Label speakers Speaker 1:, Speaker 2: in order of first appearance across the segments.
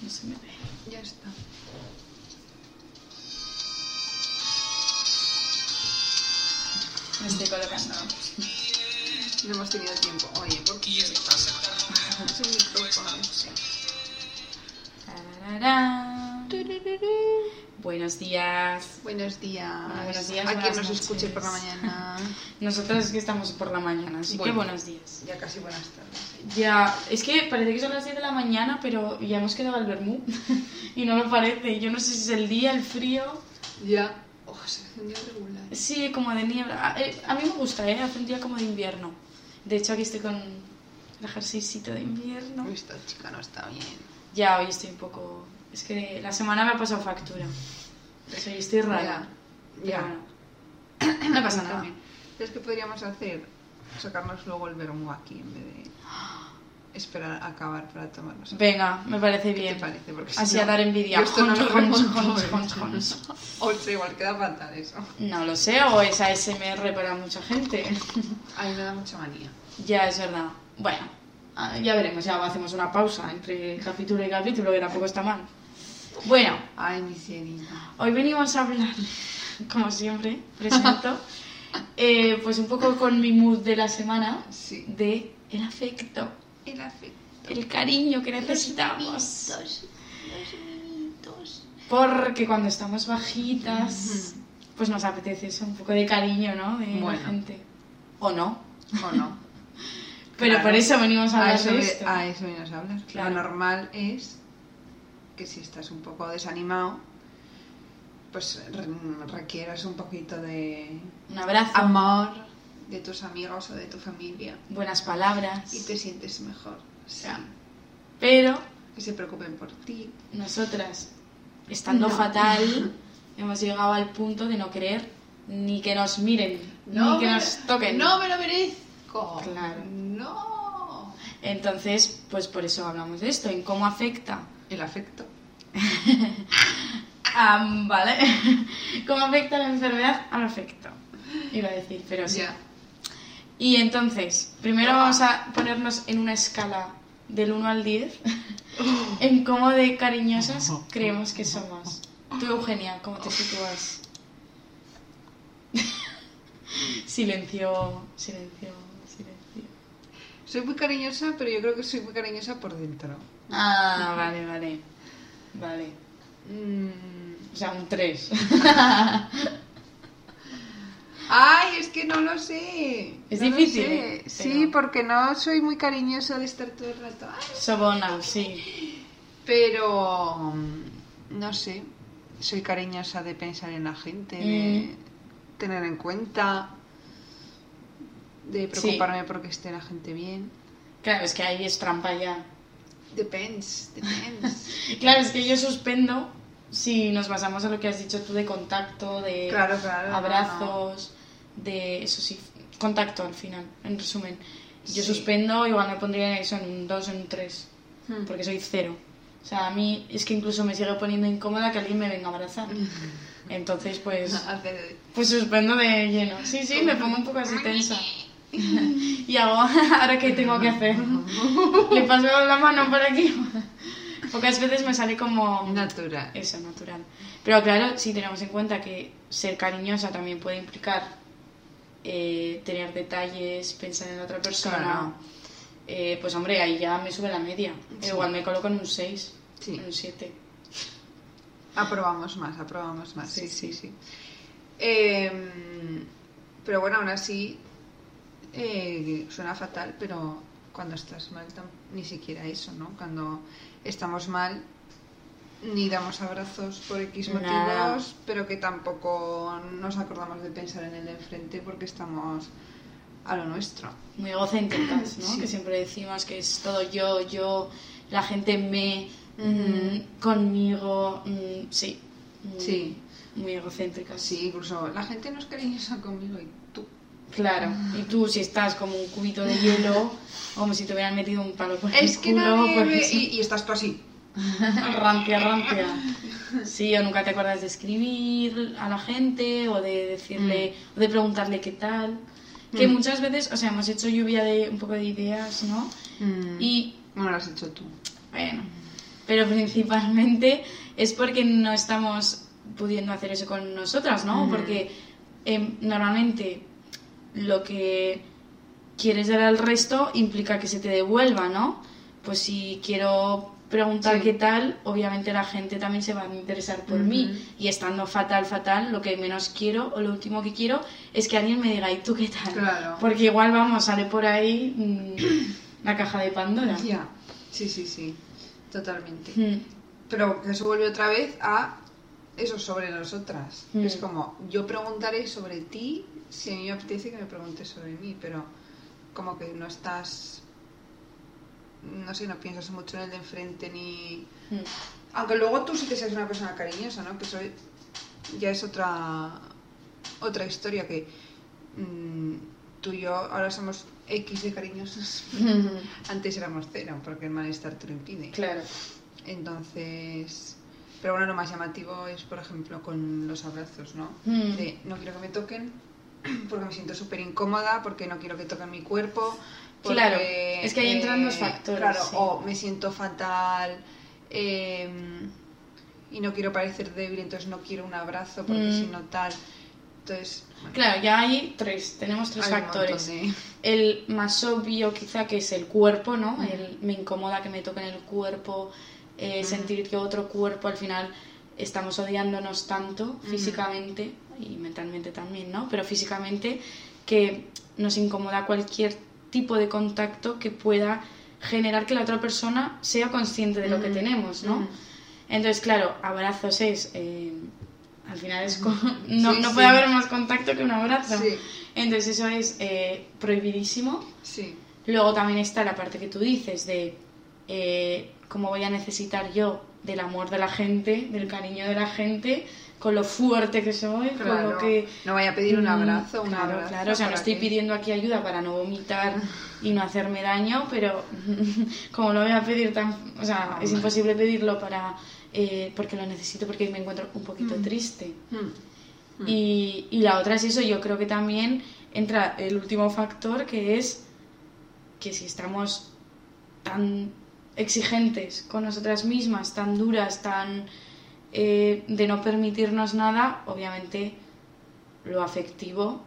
Speaker 1: Pues ya está. Me estoy colocando. No hemos tenido tiempo. Oye, ¿por qué? Es un micrófono. Tarararán. Buenos días.
Speaker 2: Buenos días.
Speaker 1: Bueno, buenos días,
Speaker 2: A quien
Speaker 1: buenas
Speaker 2: nos escuche
Speaker 1: noches.
Speaker 2: por la mañana.
Speaker 1: Nosotros es que estamos por la mañana, así que
Speaker 2: Bueno.
Speaker 1: buenos días.
Speaker 2: ya casi buenas tardes.
Speaker 1: Ya, es que parece que son las 10 de la mañana, pero ya hemos quedado al Bermú. y no lo parece. Yo no sé si es el día, el frío.
Speaker 2: Ya.
Speaker 1: Oh,
Speaker 2: Ojo, se hace un día regular.
Speaker 1: Sí, como de niebla. A, eh, a mí me gusta, ¿eh? Hace un día como de invierno. De hecho, aquí estoy con el ejercicito de invierno.
Speaker 2: Esta chica no está bien.
Speaker 1: Ya, hoy estoy un poco... Es que la semana me ha pasado factura. O sea, yo estoy rara.
Speaker 2: Ya.
Speaker 1: Pero bueno, No pasa nada.
Speaker 2: También. ¿Sabes qué podríamos hacer? Sacarnos luego el vermo aquí en vez de esperar a acabar para tomarnos.
Speaker 1: Venga, me parece
Speaker 2: ¿Qué
Speaker 1: bien.
Speaker 2: te parece? Porque si
Speaker 1: Así
Speaker 2: no,
Speaker 1: a dar envidia.
Speaker 2: yo Esto no lo
Speaker 1: Hons,
Speaker 2: hemos
Speaker 1: hons,
Speaker 2: comido.
Speaker 1: hons, hons, hons.
Speaker 2: O sea, igual queda fatal eso.
Speaker 1: No lo sé, o es ASMR para mucha gente.
Speaker 2: A mí me da mucha manía.
Speaker 1: ya, es verdad. Bueno, ah, ya veremos, ya hacemos una pausa entre capítulo y capítulo, que tampoco está mal. Bueno,
Speaker 2: Ay, mi cielita.
Speaker 1: hoy venimos a hablar, como siempre, presento, eh, pues un poco con mi mood de la semana,
Speaker 2: Sí.
Speaker 1: de el afecto,
Speaker 2: El afecto.
Speaker 1: el cariño que necesitamos.
Speaker 2: Los mimitos.
Speaker 1: Porque cuando estamos bajitas,
Speaker 2: Ujú.
Speaker 1: pues nos apetece eso, un poco de cariño, ¿no? De
Speaker 2: Bueno.
Speaker 1: la gente. O no.
Speaker 2: ¿O no?
Speaker 1: Pero
Speaker 2: Claro.
Speaker 1: por eso venimos a
Speaker 2: A
Speaker 1: hablar
Speaker 2: eso,
Speaker 1: de
Speaker 2: vi-
Speaker 1: esto.
Speaker 2: a eso vienes a hablar.
Speaker 1: Claro.
Speaker 2: Lo normal es que si estás un poco desanimado, pues re- requieras un poquito de
Speaker 1: Un abrazo,
Speaker 2: amor de tus amigos o de tu familia
Speaker 1: buenas palabras.
Speaker 2: y te sientes mejor. O sea,
Speaker 1: Pero
Speaker 2: que se preocupen por ti.
Speaker 1: nosotras, estando
Speaker 2: No.
Speaker 1: fatal, hemos llegado al punto de no querer ni que nos miren, ni que
Speaker 2: me-
Speaker 1: nos toquen.
Speaker 2: No me lo merezco.
Speaker 1: Claro.
Speaker 2: No.
Speaker 1: Entonces, pues por eso hablamos de esto, en cómo afecta
Speaker 2: El afecto.
Speaker 1: Am, ¿vale? ¿Cómo afecta la enfermedad al afecto? Iba a decir, pero sí.
Speaker 2: Ya.
Speaker 1: Y entonces, primero vamos a ponernos en una escala del 1 al 10 en cómo de cariñosas creemos que somos. Tú, Eugenia, ¿cómo te sitúas? silencio, silencio, silencio.
Speaker 2: Soy muy cariñosa, pero yo creo que soy muy cariñosa por dentro.
Speaker 1: Ah, vale, vale. Vale.
Speaker 2: Mm.
Speaker 1: O sea, un 3.
Speaker 2: Ay, es que no lo sé.
Speaker 1: Es
Speaker 2: No lo
Speaker 1: difícil, ¿eh?
Speaker 2: sé.
Speaker 1: pero-
Speaker 2: Sí, porque no soy muy cariñosa de estar todo el rato. "Ay",
Speaker 1: Sobona, sí.
Speaker 2: Pero mm, no sé. Soy cariñosa de pensar en la gente, de
Speaker 1: Mm.
Speaker 2: tener en cuenta, de preocuparme porque esté la gente bien.
Speaker 1: Claro, es que ahí es trampa ya.
Speaker 2: Depends, depends.
Speaker 1: Claro, es que yo suspendo si nos basamos a lo que has dicho tú de contacto, de
Speaker 2: claro, claro. no, no.
Speaker 1: abrazos, de eso sí, contacto al final, en resumen. Yo
Speaker 2: Sí.
Speaker 1: suspendo, igual me pondría eso en un 2, en un 3,
Speaker 2: Hmm.
Speaker 1: porque soy cero. O sea, a mí es que incluso me sigue poniendo incómoda que alguien me venga a abrazar. Entonces, pues,
Speaker 2: Hacer-
Speaker 1: pues suspendo de lleno. Sí, sí, me pongo un poco así tensa. Y hago, ahora qué tengo que hacer. Le paso la mano por aquí. Pocas veces me sale como...
Speaker 2: Natural.
Speaker 1: Eso, natural. Pero claro, si tenemos en cuenta que ser cariñosa también puede implicar eh, tener detalles, pensar en la otra persona,
Speaker 2: Claro.
Speaker 1: eh, pues hombre, ahí ya me sube la media.
Speaker 2: Sí.
Speaker 1: Igual me coloco en un 6,
Speaker 2: Sí.
Speaker 1: en un 7.
Speaker 2: Aprobamos más, aprobamos más.
Speaker 1: Sí,
Speaker 2: Sí, sí, sí. Eh, pero bueno, aún así eh, suena fatal, pero cuando estás mal tam- ni siquiera eso, ¿no? Cuando estamos mal ni damos abrazos por X motivos,
Speaker 1: Nada.
Speaker 2: pero que tampoco nos acordamos de pensar en el de enfrente porque estamos a lo nuestro.
Speaker 1: Muy egocéntricas, ¿no?
Speaker 2: Sí.
Speaker 1: Que siempre decimos que es todo yo, yo, la gente me,
Speaker 2: Ujú.
Speaker 1: mm, conmigo, mm, sí. Mm,
Speaker 2: Sí.
Speaker 1: Muy egocéntricas.
Speaker 2: Sí, incluso la gente no es cariñosa conmigo y tú.
Speaker 1: Claro, y tú si estás como un cubito de hielo, como si te hubieran metido un palo por
Speaker 2: Es
Speaker 1: el
Speaker 2: que
Speaker 1: culo,
Speaker 2: nadie
Speaker 1: porque
Speaker 2: ve-
Speaker 1: sí.
Speaker 2: y, y estás tú así.
Speaker 1: rampia, rampia. Sí, o nunca te acuerdas de escribir a la gente, o de decirle, o de preguntarle qué tal. Que
Speaker 2: Mm.
Speaker 1: muchas veces, o sea, hemos hecho lluvia de un poco de ideas, ¿no?
Speaker 2: Y
Speaker 1: Y,
Speaker 2: no lo has hecho tú.
Speaker 1: bueno, pero principalmente es porque no estamos pudiendo hacer eso con nosotras, ¿no?
Speaker 2: Ujú.
Speaker 1: Porque em, normalmente lo que quieres dar al resto implica que se te devuelva, ¿no? Pues si quiero preguntar
Speaker 2: Sí.
Speaker 1: qué tal, obviamente la gente también se va a interesar por
Speaker 2: Ujú.
Speaker 1: mí. Y estando fatal, fatal, lo que menos quiero o lo último que quiero es que alguien me diga, ¿y tú qué tal?
Speaker 2: Claro.
Speaker 1: Porque igual, vamos, sale por ahí mm, la caja de Pandora.
Speaker 2: Ya, sí, sí, sí, totalmente.
Speaker 1: Mm.
Speaker 2: Pero que se vuelve otra vez a eso sobre nosotras.
Speaker 1: Mm.
Speaker 2: Es como, yo preguntaré sobre ti si a mí me apetece que me preguntes sobre mí, pero como que no estás, no sé, no piensas mucho en el de enfrente ni...
Speaker 1: Mm.
Speaker 2: Aunque luego tú sí que seas una persona cariñosa, ¿no? Que eso ya es otra otra historia que mm, tú y yo ahora somos X de cariñosos. Antes éramos cero, porque el malestar te lo impide.
Speaker 1: Claro.
Speaker 2: Entonces, pero bueno, lo más llamativo es, por ejemplo, con los abrazos, ¿no?
Speaker 1: Mm.
Speaker 2: De no quiero que me toquen porque me siento súper incómoda, porque no quiero que toquen mi cuerpo. porque, eh,
Speaker 1: Claro, es que ahí entran los factores,
Speaker 2: Claro,
Speaker 1: sí.
Speaker 2: o me siento fatal eh, y no quiero parecer débil, entonces no quiero un abrazo porque
Speaker 1: Mm.
Speaker 2: si no tal. Entonces, bueno,
Speaker 1: Claro, ya hay tres, tenemos tres
Speaker 2: hay un
Speaker 1: factores.
Speaker 2: montón
Speaker 1: El más obvio quizá que es el cuerpo, ¿no?
Speaker 2: Ujú.
Speaker 1: El me incomoda que me toquen el cuerpo, eh,
Speaker 2: Ujú.
Speaker 1: sentir que otro cuerpo al final estamos odiándonos tanto físicamente y mentalmente también, ¿no? Pero físicamente que nos incomoda cualquier tipo de contacto que pueda generar que la otra persona sea consciente de lo que
Speaker 2: Ujú.
Speaker 1: tenemos, ¿no?
Speaker 2: Ujú.
Speaker 1: Entonces, claro, abrazos es... eh, al final es... co-
Speaker 2: Ujú.
Speaker 1: no
Speaker 2: Sí,
Speaker 1: no
Speaker 2: sí.
Speaker 1: puede haber más contacto que un abrazo.
Speaker 2: Sí,
Speaker 1: Entonces eso es eh, prohibidísimo.
Speaker 2: sí.
Speaker 1: Luego también está la parte que tú dices de eh, cómo voy a necesitar yo del amor de la gente, del cariño de la gente, con lo fuerte que soy, con lo
Speaker 2: Claro.
Speaker 1: que...
Speaker 2: No vaya a pedir un
Speaker 1: Mm,
Speaker 2: abrazo, un
Speaker 1: claro,
Speaker 2: abrazo.
Speaker 1: Claro, o sea, no
Speaker 2: ¿para
Speaker 1: estoy
Speaker 2: qué?
Speaker 1: pidiendo aquí ayuda para no vomitar y no hacerme daño, pero como lo voy a pedir tan... O sea, es
Speaker 2: Ah.
Speaker 1: imposible pedirlo para... eh, porque lo necesito, porque me encuentro un poquito
Speaker 2: Mm.
Speaker 1: triste.
Speaker 2: Mm, mm.
Speaker 1: Y, y la otra es eso, yo creo que también entra el último factor que es que si estamos tan exigentes con nosotras mismas, tan duras, tan eh, de no permitirnos nada, obviamente lo afectivo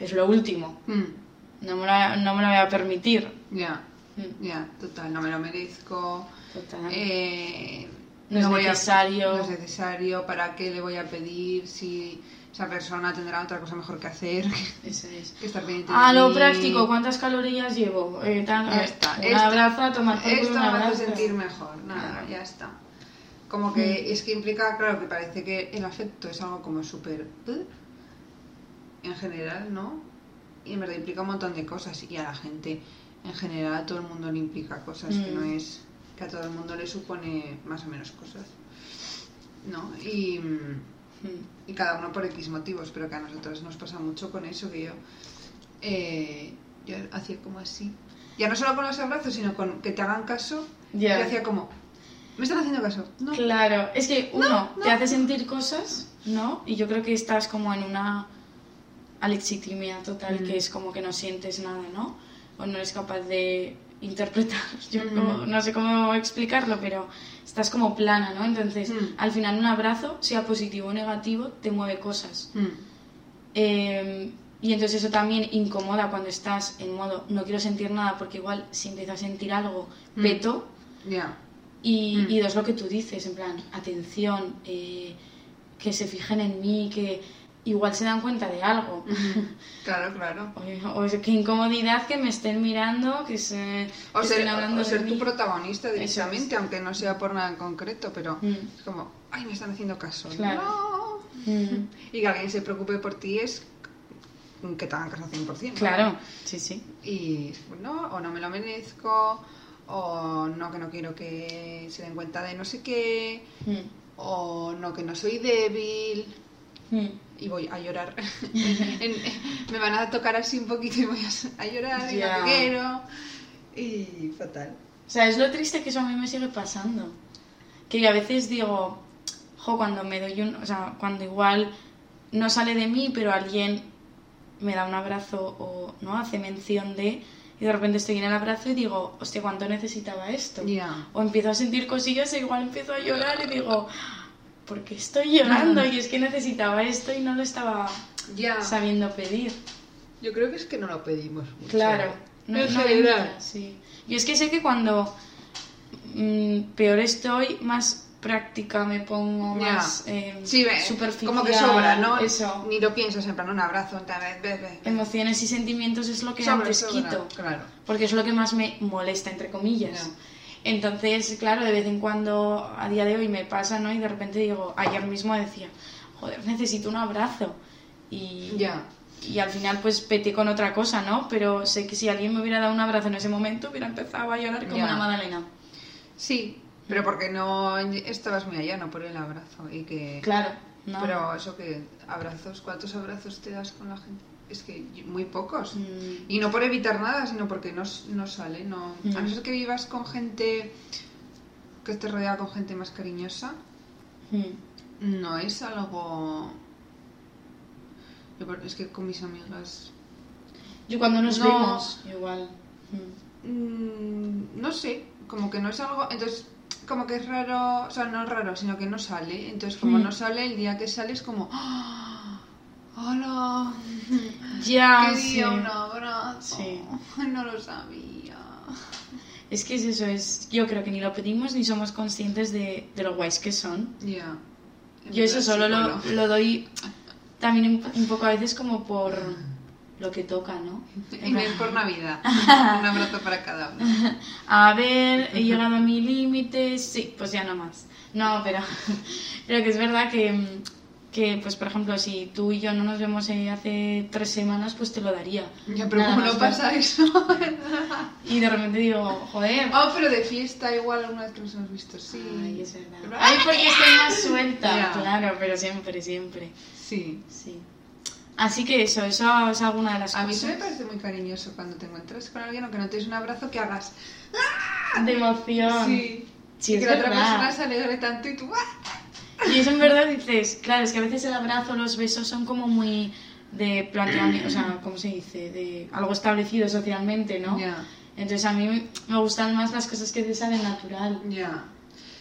Speaker 1: es lo último.
Speaker 2: Mm.
Speaker 1: No me lo, no me lo voy a permitir.
Speaker 2: Ya,
Speaker 1: Mm,
Speaker 2: ya, total, no me lo merezco.
Speaker 1: total.
Speaker 2: eh,
Speaker 1: Ah. No es
Speaker 2: voy a-
Speaker 1: necesario.
Speaker 2: no es necesario, ¿para qué le voy a pedir si esa persona tendrá otra cosa mejor que hacer
Speaker 1: Eso es.
Speaker 2: que estar pendiente de
Speaker 1: Ah, lo
Speaker 2: mí?
Speaker 1: práctico, ¿cuántas calorías llevo? Eh, tal,
Speaker 2: Ya está,
Speaker 1: Un
Speaker 2: esta-
Speaker 1: abrazo, a tomar por culo
Speaker 2: Esto
Speaker 1: un
Speaker 2: me hace
Speaker 1: abrazo.
Speaker 2: sentir mejor, nada,
Speaker 1: Claro.
Speaker 2: ya está. Como que es que implica, claro, que parece que el afecto es algo como súper... ¿eh? En general, ¿no? Y en verdad implica un montón de cosas y a la gente, en general, a todo el mundo le implica cosas que
Speaker 1: Mm.
Speaker 2: no es... Que a todo el mundo le supone más o menos cosas, ¿no? Y,
Speaker 1: Mm.
Speaker 2: y cada uno por X motivos, pero que a nosotras nos pasa mucho con eso que yo... eh, yo hacía como así. Ya no solo con los abrazos, sino con que te hagan caso
Speaker 1: Ya.
Speaker 2: y hacía como, ¿me están haciendo caso? No.
Speaker 1: Claro, es que uno te hace sentir cosas, ¿no? Y yo creo que estás como en una alexitimia total,
Speaker 2: Mm.
Speaker 1: que es como que no sientes nada, ¿no? O no eres capaz de interpretar. Yo
Speaker 2: Mm.
Speaker 1: como- no sé cómo explicarlo, pero estás como plana, ¿no? Entonces,
Speaker 2: Mm.
Speaker 1: al final un abrazo, sea positivo o negativo, te mueve cosas.
Speaker 2: Mm,
Speaker 1: Eh, y entonces eso también incomoda cuando estás en modo no quiero sentir nada, porque igual si empiezas a sentir algo,
Speaker 2: Mm.
Speaker 1: peto.
Speaker 2: Ya.
Speaker 1: Y,
Speaker 2: Mm.
Speaker 1: y dos, lo que tú dices, en plan, atención, eh, que se fijen en mí, que igual se dan cuenta de algo.
Speaker 2: Ujú. Claro, claro.
Speaker 1: O, o es- qué incomodidad que me estén mirando, que se
Speaker 2: O
Speaker 1: que
Speaker 2: ser,
Speaker 1: estén hablando
Speaker 2: o
Speaker 1: de
Speaker 2: ser tu
Speaker 1: mí.
Speaker 2: protagonista
Speaker 1: es.
Speaker 2: directamente, aunque no sea por nada en concreto, pero
Speaker 1: Mm,
Speaker 2: es como, ay, me están haciendo caso.
Speaker 1: Claro.
Speaker 2: No.
Speaker 1: mm.
Speaker 2: Y que alguien se preocupe por ti es que te hagan caso 100%. ¿no?
Speaker 1: Claro, sí, sí.
Speaker 2: Y "Pues no, o no me lo merezco, o no, que no quiero que se den cuenta de no sé qué,
Speaker 1: Mm,
Speaker 2: o no, que no soy débil.
Speaker 1: mm.
Speaker 2: y voy a llorar. En- me van a tocar así un poquito y voy a, a llorar y
Speaker 1: Ya.
Speaker 2: no quiero. Y fatal.
Speaker 1: O sea, es lo triste que eso a mí me sigue pasando. Que yo a veces digo, jo, cuando me doy un. O sea, cuando igual no sale de mí, pero alguien me da un abrazo o no hace mención de. y de repente estoy en el abrazo y digo, hostia, ¿cuánto necesitaba esto?
Speaker 2: Ya.
Speaker 1: O empiezo a sentir cosillas e igual empiezo a llorar y digo, ¿por qué estoy llorando? Y es que necesitaba esto y no lo estaba
Speaker 2: Ya.
Speaker 1: sabiendo pedir.
Speaker 2: Yo creo que es que no lo pedimos mucho.
Speaker 1: Claro.
Speaker 2: No,
Speaker 1: No,
Speaker 2: en
Speaker 1: no
Speaker 2: general.
Speaker 1: entra, sí. Yo es que sé que cuando mm, peor estoy, más práctica me pongo,
Speaker 2: Ya.
Speaker 1: más eh,
Speaker 2: Sí, ve,
Speaker 1: superficial.
Speaker 2: como que sobra, ¿no?
Speaker 1: Eso.
Speaker 2: Ni lo piensas, en plan, un abrazo, tal vez, ves, ves. ves.
Speaker 1: Emociones y sentimientos es lo que
Speaker 2: Sobra,
Speaker 1: antes
Speaker 2: sobra,
Speaker 1: quito.
Speaker 2: Claro.
Speaker 1: porque es lo que más me molesta, entre comillas.
Speaker 2: Ya.
Speaker 1: Entonces, claro, de vez en cuando, a día de hoy me pasa, ¿no? Y de repente digo, ayer mismo decía, joder, necesito un abrazo. Y,
Speaker 2: Ya.
Speaker 1: y al final, pues, peté con otra cosa, ¿no? Pero sé que si alguien me hubiera dado un abrazo en ese momento, hubiera empezado a llorar como
Speaker 2: Ya.
Speaker 1: una magdalena.
Speaker 2: Sí, pero porque no estabas muy allá, no por el abrazo. Y que...
Speaker 1: Claro, ¿no?
Speaker 2: Pero eso que, abrazos, ¿cuántos abrazos te das con la gente? Es que yo- muy pocos.
Speaker 1: Mm,
Speaker 2: Y no por evitar nada, sino porque no, s- no sale. No...
Speaker 1: Mm.
Speaker 2: A no ser que vivas con gente que te rodea con gente más cariñosa,
Speaker 1: mm.
Speaker 2: no es algo... Yo por- es que con mis amigas...
Speaker 1: Yo cuando nos
Speaker 2: No.
Speaker 1: vemos, igual. Mm.
Speaker 2: mm, no sé, como que no es algo... Entonces, como que es raro, o sea, no es raro, sino que no sale. Entonces, como
Speaker 1: Mm.
Speaker 2: no sale, el día que sale es como... "Ah, ¡Hola!
Speaker 1: Ya, Ah, sí.
Speaker 2: Quería un abrazo.
Speaker 1: Sí.
Speaker 2: No lo sabía.
Speaker 1: Es que es eso, es, yo creo que ni lo pedimos ni somos conscientes de, de lo guays que son.
Speaker 2: Ya.
Speaker 1: Yo eso
Speaker 2: Sí,
Speaker 1: solo lo,
Speaker 2: bueno.
Speaker 1: lo doy también un, un poco a veces como por lo que toca, ¿no?
Speaker 2: Y no es por Navidad. Un abrazo para cada uno.
Speaker 1: A ver, he llegado a mi límite, sí, pues ya no más. No, pero creo que es verdad que, mm, que, pues por ejemplo, si tú y yo no nos vemos eh, hace tres semanas, pues te lo daría.
Speaker 2: Ya, pero
Speaker 1: Nada
Speaker 2: ¿cómo
Speaker 1: más,
Speaker 2: no
Speaker 1: ¿no?
Speaker 2: pasa eso?
Speaker 1: Y de repente digo, joder,
Speaker 2: oh, pero de fiesta igual alguna vez que nos hemos visto, sí. pues,
Speaker 1: ay, es verdad.
Speaker 2: Pero-
Speaker 1: Ay, porque estoy más suelta.
Speaker 2: Ya.
Speaker 1: Claro, pero siempre, siempre,
Speaker 2: Sí.
Speaker 1: sí. Así que eso, eso es alguna de las
Speaker 2: A mí
Speaker 1: cosas.
Speaker 2: se me parece muy cariñoso cuando te encuentras con alguien o que no te des un abrazo que hagas.
Speaker 1: De emoción.
Speaker 2: Sí.
Speaker 1: Sí,
Speaker 2: y
Speaker 1: es
Speaker 2: que la otra
Speaker 1: verdad.
Speaker 2: persona se alegre tanto y tú. ¡ah!
Speaker 1: Y eso en verdad dices, claro, es que a veces el abrazo, los besos son como muy de planteamiento, o sea, ¿cómo se dice? De algo establecido socialmente, ¿no?
Speaker 2: Ya.
Speaker 1: Entonces a mí me gustan más las cosas que te salen natural.
Speaker 2: Ya.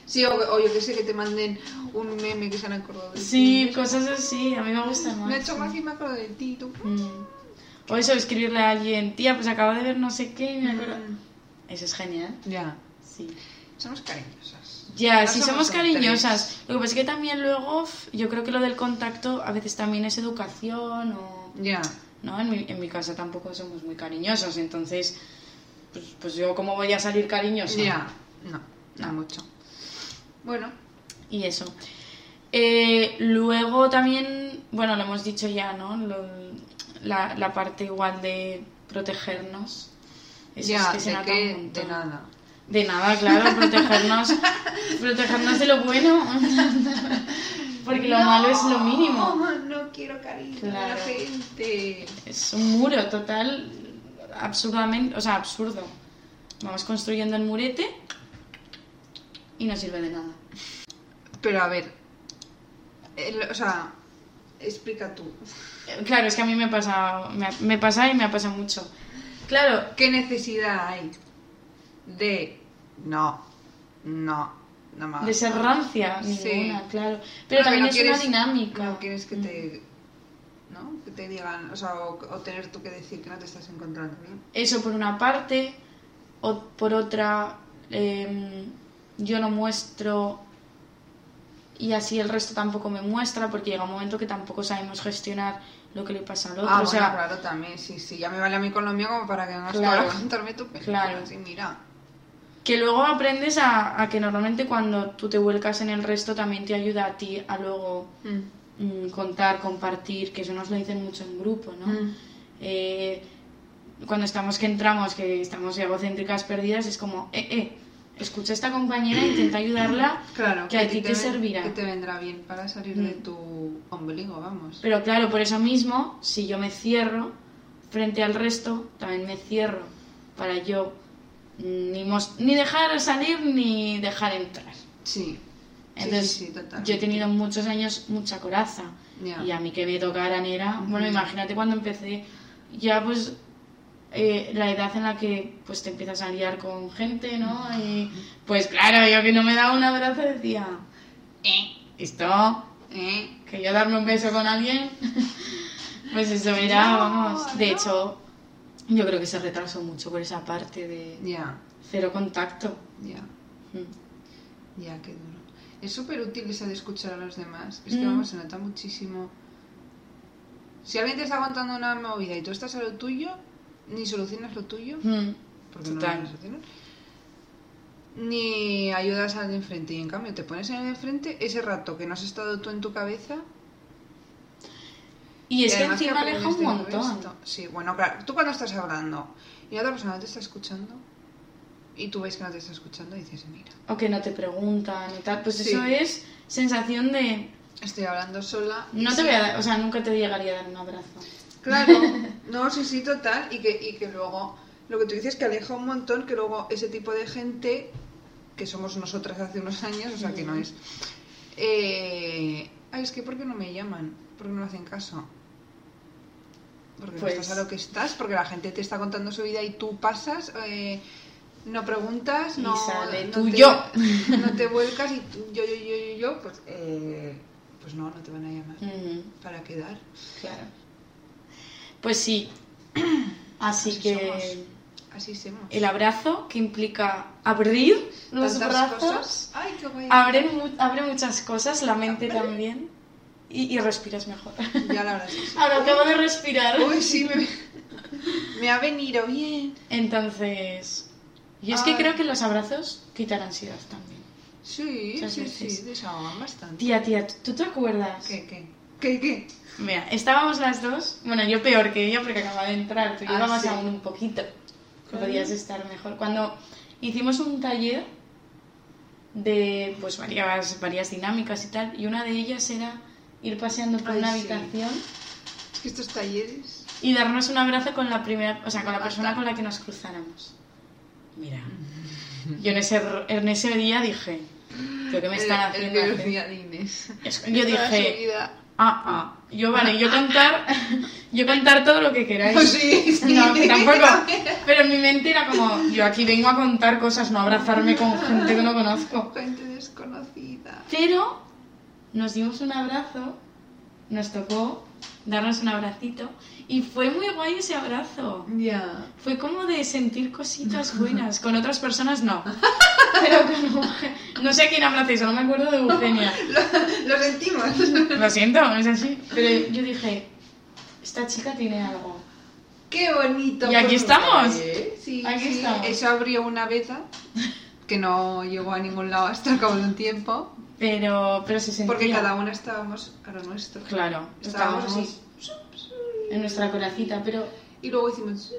Speaker 2: Sí, o, o yo que sé, que te manden un meme que se han acordado de
Speaker 1: Sí,
Speaker 2: ti.
Speaker 1: cosas así, a mí me gustan más.
Speaker 2: Me ha hecho más y me acuerdo de ti. y tú,
Speaker 1: Mm. O eso, escribirle a alguien, tía, pues acabo de ver no sé qué y me acuerdo.
Speaker 2: Mm.
Speaker 1: Eso es genial,
Speaker 2: Ya.
Speaker 1: sí.
Speaker 2: Somos cariñosas.
Speaker 1: Ya,
Speaker 2: No
Speaker 1: sí somos
Speaker 2: tonterías.
Speaker 1: cariñosas. Lo que pasa es que también luego, f- yo creo que lo del contacto a veces también es educación o...
Speaker 2: Ya.
Speaker 1: ¿no? En mi, en mi casa tampoco somos muy cariñosos, entonces, pues, pues yo cómo voy a salir cariñosa.
Speaker 2: Ya. No, no mucho. Bueno,
Speaker 1: Y eso. Eh, luego también, bueno, lo hemos dicho ya, ¿no? Lo- la, la parte igual de protegernos. Eso
Speaker 2: ya,
Speaker 1: es que se
Speaker 2: de
Speaker 1: nota un
Speaker 2: qué, de
Speaker 1: montón.
Speaker 2: nada.
Speaker 1: De nada, claro, protegernos, protegernos de lo bueno. Porque lo
Speaker 2: No,
Speaker 1: malo es lo mínimo.
Speaker 2: No quiero cariño de la
Speaker 1: Claro.
Speaker 2: gente.
Speaker 1: Es un muro total, absurdamente, o sea, absurdo. Vamos construyendo el murete y no sirve de nada.
Speaker 2: Pero a ver, el- o sea, explica tú.
Speaker 1: Eh, Claro, es que a mí me pasa, me, ha- me pasa y me ha pasado mucho. Claro,
Speaker 2: ¿Qué necesidad hay de no, no, no más?
Speaker 1: de ser rancia,
Speaker 2: Ah, Sí.
Speaker 1: ninguna, claro. Pero
Speaker 2: Bueno, que
Speaker 1: también
Speaker 2: no
Speaker 1: es
Speaker 2: quieres-
Speaker 1: una dinámica. Mm.
Speaker 2: No quieres que te, ¿no? que te digan, o sea, o, o tener tú que decir que no te estás encontrando bien.
Speaker 1: Eso por una parte, o por otra, em, yo no muestro y así el resto tampoco me muestra porque llega un momento que tampoco sabemos gestionar lo que le pasa al otro.
Speaker 2: Ah,
Speaker 1: o
Speaker 2: bueno,
Speaker 1: sea,
Speaker 2: claro, también, sí, sí, ya me vale a mí con lo mío como para que vengas tú
Speaker 1: Claro.
Speaker 2: ahora a contarme tu película,
Speaker 1: Claro.
Speaker 2: así, mira.
Speaker 1: que luego aprendes a, a que normalmente cuando tú te vuelcas en el resto también te ayuda a ti a luego mm, contar, compartir, que eso nos lo dicen mucho en grupo, ¿no?
Speaker 2: Mm.
Speaker 1: Eh, cuando estamos que entramos, que estamos egocéntricas perdidas, es como, eh, eh, escucha a esta compañera, intenta ayudarla,
Speaker 2: Claro,
Speaker 1: que a ti te
Speaker 2: ven-
Speaker 1: servirá.
Speaker 2: Que te vendrá bien para salir
Speaker 1: Mm.
Speaker 2: de tu ombligo, vamos.
Speaker 1: Pero claro, por eso mismo, si yo me cierro frente al resto, también me cierro para yo mm, ni, mos- ni dejar salir ni dejar entrar.
Speaker 2: Sí.
Speaker 1: Entonces,
Speaker 2: sí, sí, totalmente.
Speaker 1: yo he tenido muchos años mucha coraza.
Speaker 2: Ya.
Speaker 1: Y a mí que me tocaran era...
Speaker 2: Ujú.
Speaker 1: Bueno, imagínate cuando empecé, ya pues eh, la edad en la que pues te empiezas a liar con gente, ¿no? Y, pues claro, yo que no me daba un abrazo decía,
Speaker 2: E,
Speaker 1: eh, esto,
Speaker 2: ¿Eh?
Speaker 1: que yo darme un beso con alguien, pues eso era,
Speaker 2: No,
Speaker 1: vamos, de
Speaker 2: no.
Speaker 1: hecho, yo creo que se retrasó mucho por esa parte de
Speaker 2: Ya,
Speaker 1: cero contacto.
Speaker 2: ya,
Speaker 1: Mm.
Speaker 2: ya, qué duro. Es súper útil esa de escuchar a los demás. Es que,
Speaker 1: Mm.
Speaker 2: vamos, se nota muchísimo. Si alguien te está contando una movida y tú estás a lo tuyo, ni solucionas lo tuyo,
Speaker 1: Mm.
Speaker 2: porque
Speaker 1: Total.
Speaker 2: no lo solucionas, ni ayudas al de enfrente. Y en cambio, te pones en el de enfrente ese rato que no has estado tú en tu cabeza.
Speaker 1: Y es que
Speaker 2: además
Speaker 1: encima aleja
Speaker 2: aprendes
Speaker 1: un
Speaker 2: de todo
Speaker 1: montón.
Speaker 2: esto. Sí, bueno, claro, tú cuando estás hablando y la otra persona no te está escuchando y tú ves que no te está escuchando, dices, mira,
Speaker 1: O que no te preguntan y tal. Pues
Speaker 2: Sí.
Speaker 1: eso es sensación de.
Speaker 2: estoy hablando sola.
Speaker 1: No te voy a dar, o sea, nunca te llegaría a dar un abrazo.
Speaker 2: Claro, no, sí, sí, total. Y que, y que luego, lo que tú dices que aleja un montón, que luego ese tipo de gente, que somos nosotras hace unos años, o sea que no es. eh, Ay, es que ¿por qué no me llaman? ¿Por qué no me hacen caso? Porque
Speaker 1: Pues-
Speaker 2: no estás a lo que estás, porque la gente te está contando su vida y tú pasas, eh, no preguntas,
Speaker 1: Y
Speaker 2: no,
Speaker 1: sale
Speaker 2: no
Speaker 1: tú,
Speaker 2: te,
Speaker 1: yo.
Speaker 2: no te vuelcas y tú, yo, yo, yo, yo, yo, pues, eh, pues no, no te van a llamar.
Speaker 1: Mm,
Speaker 2: ¿Para quedar?
Speaker 1: claro. Pues sí. Así
Speaker 2: Así
Speaker 1: que
Speaker 2: somos. Así hacemos.
Speaker 1: el abrazo que implica abrir los
Speaker 2: Tantas
Speaker 1: brazos
Speaker 2: cosas. Ay, qué guay.
Speaker 1: Abre, mu- abre muchas cosas, la mente también. Y, y respiras mejor.
Speaker 2: Ya la verdad es que sí.
Speaker 1: Ahora acabo de respirar.
Speaker 2: Uy, sí, me, me ha venido bien.
Speaker 1: Entonces. Y es que
Speaker 2: Ay.
Speaker 1: creo que los abrazos quitan ansiedad también.
Speaker 2: Sí,
Speaker 1: Muchas
Speaker 2: sí,
Speaker 1: veces.
Speaker 2: sí, desahogan bastante.
Speaker 1: Tía, tía, ¿tú te acuerdas?
Speaker 2: ¿Qué, qué? ¿Qué, qué?
Speaker 1: Mira, estábamos las dos, bueno, yo peor que ella porque acababa de entrar, tú
Speaker 2: Ah,
Speaker 1: llevabas
Speaker 2: sí.
Speaker 1: aún un poquito, que
Speaker 2: Claro.
Speaker 1: podías estar mejor. Cuando hicimos un taller de pues varias, varias dinámicas y tal, y una de ellas era ir paseando por
Speaker 2: Ay,
Speaker 1: una
Speaker 2: sí.
Speaker 1: habitación
Speaker 2: Es que estos talleres...
Speaker 1: y darnos un abrazo con la primera, o sea, con la
Speaker 2: Basta.
Speaker 1: persona con la que nos cruzáramos. Mira, yo en ese, r- en ese día dije, ¿pero qué me están
Speaker 2: el, el
Speaker 1: haciendo?
Speaker 2: peor
Speaker 1: hacer?
Speaker 2: día de Inés.
Speaker 1: Es- Yo
Speaker 2: Toda su
Speaker 1: dije,
Speaker 2: vida.
Speaker 1: Ah, ah. Yo, vale, yo contar, yo contar todo lo que queráis.
Speaker 2: Sí, sí.
Speaker 1: No, que tampoco. Pero en mi mente era como, yo aquí vengo a contar cosas, no abrazarme con gente que no conozco.
Speaker 2: Gente desconocida.
Speaker 1: Pero nos dimos un abrazo, nos tocó darnos un abracito y fue muy guay ese abrazo.
Speaker 2: Ya.
Speaker 1: Fue como de sentir cositas buenas. Con otras personas no. Pero con- No sé a quién abracéis, no me acuerdo de Eugenia.
Speaker 2: Lo sentimos.
Speaker 1: Lo siento, es así. Pero yo dije, esta chica tiene algo.
Speaker 2: ¡Qué bonito!
Speaker 1: Y aquí
Speaker 2: Pues,
Speaker 1: estamos.
Speaker 2: eh, Sí,
Speaker 1: Aquí
Speaker 2: sí.
Speaker 1: estamos.
Speaker 2: Eso abrió una veta que no llegó a ningún lado hasta el cabo de un tiempo.
Speaker 1: Pero, pero se sentía.
Speaker 2: Porque cada una estábamos a lo nuestro.
Speaker 1: Claro,
Speaker 2: Estábamos así.
Speaker 1: en nuestra coracita, pero.
Speaker 2: Y luego hicimos.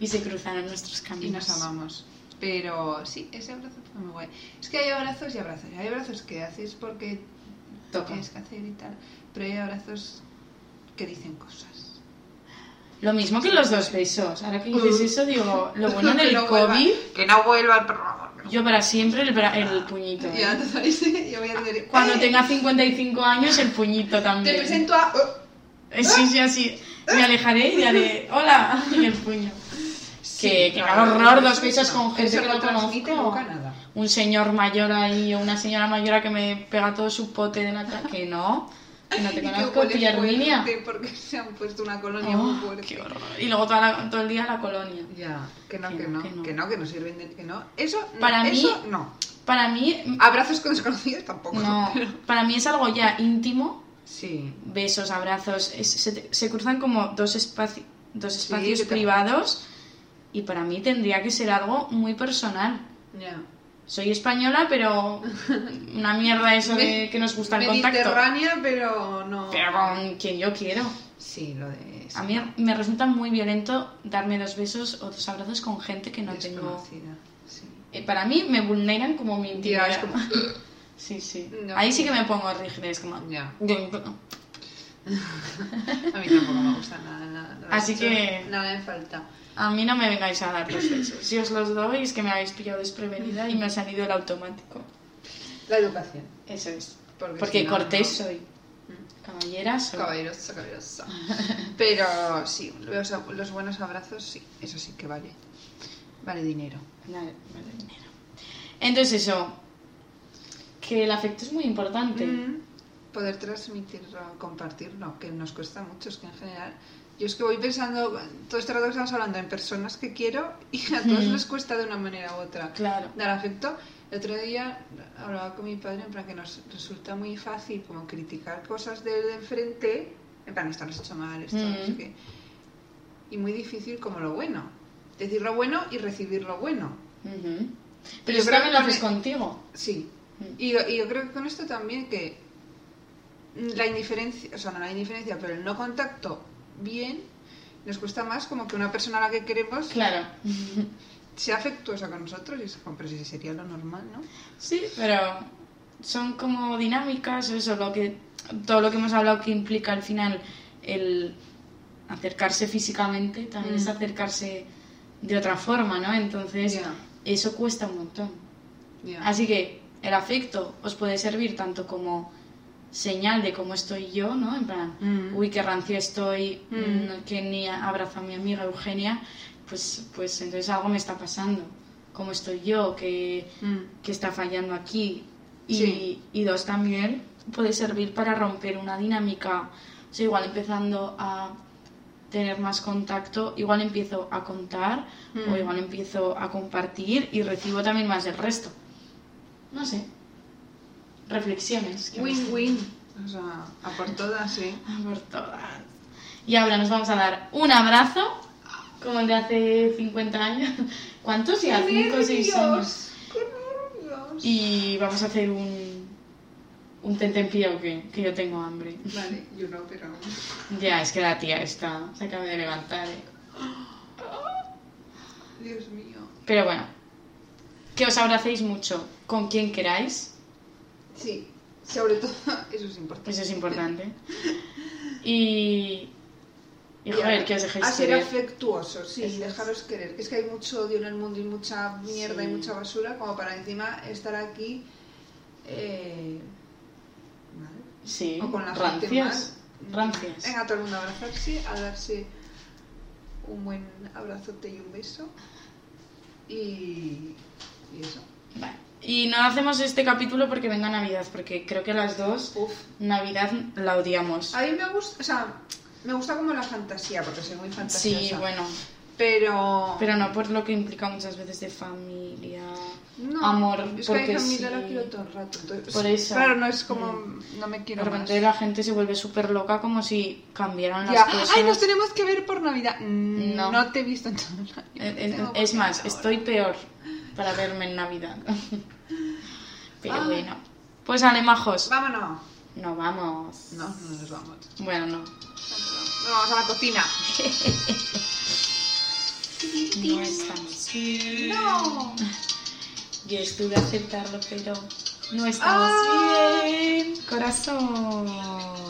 Speaker 1: Y se cruzaron nuestros
Speaker 2: Y
Speaker 1: caminos.
Speaker 2: nos amamos. Pero sí, ese abrazo fue muy guay. Es que hay abrazos y abrazos. Hay abrazos que haces porque
Speaker 1: Toca.
Speaker 2: tienes que hacer y tal. Pero hay abrazos que dicen cosas.
Speaker 1: Lo mismo que los dos besos. Ahora que dices
Speaker 2: Uh.
Speaker 1: eso, digo, lo bueno
Speaker 2: Que
Speaker 1: del
Speaker 2: no vuelva-
Speaker 1: COVID,
Speaker 2: Que no vuelva, por favor. que no
Speaker 1: yo para siempre el, bra- el puñito.
Speaker 2: vuelva.
Speaker 1: ¿eh?
Speaker 2: Ya, ¿te parece? Yo voy a tener.
Speaker 1: Cuando
Speaker 2: ¡Eh!
Speaker 1: tenga 55 años, el puñito también.
Speaker 2: Te presento a. oh.
Speaker 1: Eh, Sí, sí, así. Me alejaré y haré, hola, y el puño. que
Speaker 2: Sí,
Speaker 1: haga
Speaker 2: claro,
Speaker 1: horror dos
Speaker 2: eso
Speaker 1: besos
Speaker 2: no.
Speaker 1: con gente
Speaker 2: Eso
Speaker 1: que no
Speaker 2: transmite
Speaker 1: conozco.
Speaker 2: nunca nada.
Speaker 1: un señor mayor ahí o una señora mayor que me pega todo su pote de nata. Que no, que no te
Speaker 2: Y que
Speaker 1: conozco,
Speaker 2: huele
Speaker 1: tía Herminia.
Speaker 2: fuerte Porque se han puesto una colonia
Speaker 1: Oh,
Speaker 2: muy fuerte.
Speaker 1: qué horror. Y luego toda la- todo el día la colonia.
Speaker 2: Ya, que no, que, no, que no, que no, sirven de que no. Eso, no,
Speaker 1: Para mí-
Speaker 2: eso no.
Speaker 1: Para mí,
Speaker 2: Abrazos con desconocidos tampoco.
Speaker 1: no. Para mí es algo ya íntimo.
Speaker 2: Sí.
Speaker 1: Besos, abrazos. es- se, te- se cruzan como dos, espaci- dos
Speaker 2: Sí,
Speaker 1: espacios
Speaker 2: que te-
Speaker 1: privados. Y para mí tendría que ser algo muy personal.
Speaker 2: Ya.
Speaker 1: Soy española, pero una mierda eso de que nos gusta el contacto.
Speaker 2: Mediterránea, pero no.
Speaker 1: Pero con quien yo quiero.
Speaker 2: Sí, lo de.
Speaker 1: A mí me resulta muy violento darme dos besos o dos abrazos con gente que no tengo.
Speaker 2: desconocida. Sí.
Speaker 1: Eh, para mí me vulneran como mi
Speaker 2: Tía,
Speaker 1: intimidad.
Speaker 2: es como.
Speaker 1: Sí, sí.
Speaker 2: No.
Speaker 1: Ahí sí que me pongo rígida, es como...
Speaker 2: ya.
Speaker 1: Yo
Speaker 2: A mí tampoco me gusta nada, nada. lo
Speaker 1: Así
Speaker 2: hecho,
Speaker 1: que-
Speaker 2: Nada en falta.
Speaker 1: A mí no me vengáis a dar los besos. Si os los doy es que me habéis pillado desprevenida y me ha salido el automático.
Speaker 2: La educación.
Speaker 1: Eso es.
Speaker 2: Porque,
Speaker 1: Porque
Speaker 2: si no,
Speaker 1: cortés
Speaker 2: no. Mm,
Speaker 1: soy. Caballeras.
Speaker 2: Caballerosa, caballerosa. Pero sí, los, los buenos abrazos, sí, eso sí que vale. Vale dinero.
Speaker 1: Vale, vale, dinero. Entonces eso, que el afecto es muy importante.
Speaker 2: Mm. Poder transmitirlo, compartirlo, que nos cuesta mucho, es que en general. Yo es que voy pensando, todo este rato que estamos hablando en personas que quiero y a todos
Speaker 1: Mm.
Speaker 2: les cuesta de una manera u otra
Speaker 1: Claro.
Speaker 2: dar afecto. El otro día hablaba con mi padre en plan que nos resulta muy fácil como criticar cosas del de enfrente, en plan esto lo has hecho mal, esto no sé
Speaker 1: Mm.
Speaker 2: qué. Y muy difícil como lo bueno. Decir lo bueno y recibir lo bueno.
Speaker 1: Ujú.
Speaker 2: Yo
Speaker 1: Pero eso
Speaker 2: creo
Speaker 1: también lo
Speaker 2: que
Speaker 1: haces
Speaker 2: con-
Speaker 1: contigo.
Speaker 2: Sí.
Speaker 1: Mm.
Speaker 2: Y, yo- y yo creo que con esto también que la indiferencia, o sea, no la indiferencia, pero el no contacto bien nos cuesta más como que una persona a la que queremos
Speaker 1: Claro.
Speaker 2: sea afectuosa con nosotros y es como, pero si sería lo normal, ¿no?
Speaker 1: Sí, pero son como dinámicas, eso, lo que, todo lo que hemos hablado que implica al final el acercarse físicamente, también
Speaker 2: Mm.
Speaker 1: es acercarse de otra forma, ¿no? Entonces,
Speaker 2: Ya.
Speaker 1: eso cuesta un montón.
Speaker 2: Ya.
Speaker 1: Así que el afecto os puede servir tanto como señal de cómo estoy yo, ¿no? En plan,
Speaker 2: Mm.
Speaker 1: uy, qué rancio estoy,
Speaker 2: Mm.
Speaker 1: mm, que ni abrazo a mi amiga Eugenia, pues, pues entonces algo me está pasando. ¿Cómo estoy yo? Que
Speaker 2: Mm.
Speaker 1: que está fallando aquí. Y,
Speaker 2: Sí.
Speaker 1: y dos, también puede servir para romper una dinámica. O sea, igual empezando a tener más contacto, igual empiezo a contar
Speaker 2: Mm.
Speaker 1: o igual empiezo a compartir y recibo también más del resto. No sé. Reflexiones. que me están-
Speaker 2: Win-win. O sea, a por todas, ¿eh? sí.
Speaker 1: Ah, Por todas. Y ahora nos vamos a dar un abrazo, como el de hace 50 años. ¿Cuántos? Ya, 5 o 6 años.
Speaker 2: ¡Qué nervios!
Speaker 1: Y vamos a hacer un, un tentempié que, que yo tengo hambre.
Speaker 2: Vale, yo no, pero...
Speaker 1: Ya, es que la tía está, se acaba de levantar. eh.
Speaker 2: Dios mío.
Speaker 1: Pero bueno, que os abracéis mucho con quien queráis,
Speaker 2: Sí, sobre todo eso es importante.
Speaker 1: eso es importante. Y, y joder, que os dejéis
Speaker 2: A ser
Speaker 1: querer.
Speaker 2: afectuoso, sí,
Speaker 1: Eso es.
Speaker 2: dejaros querer. Es que hay mucho odio en el mundo y mucha mierda y
Speaker 1: Sí.
Speaker 2: mucha basura como para encima estar aquí... Eh... ¿vale?
Speaker 1: Sí,
Speaker 2: o con la gente
Speaker 1: rancias.
Speaker 2: mal.
Speaker 1: Rancias.
Speaker 2: Venga, todo el mundo a abrazarse, a darse un buen abrazote y un beso. Y, y eso.
Speaker 1: Vale. Y no hacemos este capítulo porque venga Navidad, porque creo que las dos,
Speaker 2: Uf.
Speaker 1: Navidad la odiamos.
Speaker 2: A mí me gusta, o sea, me gusta como la fantasía, porque soy muy fantasiosa.
Speaker 1: Sí, bueno.
Speaker 2: Pero...
Speaker 1: Pero no por lo que implica muchas veces de familia.
Speaker 2: no,
Speaker 1: amor,
Speaker 2: es que
Speaker 1: porque
Speaker 2: hay familia
Speaker 1: sí.
Speaker 2: la quiero todo el rato. entonces-
Speaker 1: Por eso. Mm.
Speaker 2: Claro, no es como... No me
Speaker 1: De
Speaker 2: quiero más.
Speaker 1: repente la gente se vuelve súper loca como si cambiaran las
Speaker 2: Ya,
Speaker 1: cosas.
Speaker 2: Ay, nos tenemos que ver por Navidad. Mm,
Speaker 1: No.
Speaker 2: No, te he visto en todo el año.
Speaker 1: Eh, eh,
Speaker 2: Tengo
Speaker 1: es
Speaker 2: que
Speaker 1: más,
Speaker 2: ahora.
Speaker 1: estoy peor para verme en Navidad. Pero
Speaker 2: Ah.
Speaker 1: bueno. Pues alemajos.
Speaker 2: Vámonos.
Speaker 1: No vamos.
Speaker 2: No, no nos vamos.
Speaker 1: Bueno, no.
Speaker 2: Nos vamos a la cocina.
Speaker 1: No estamos.
Speaker 2: No.
Speaker 1: Yo estuve a aceptarlo, pero no estamos bien. Corazón.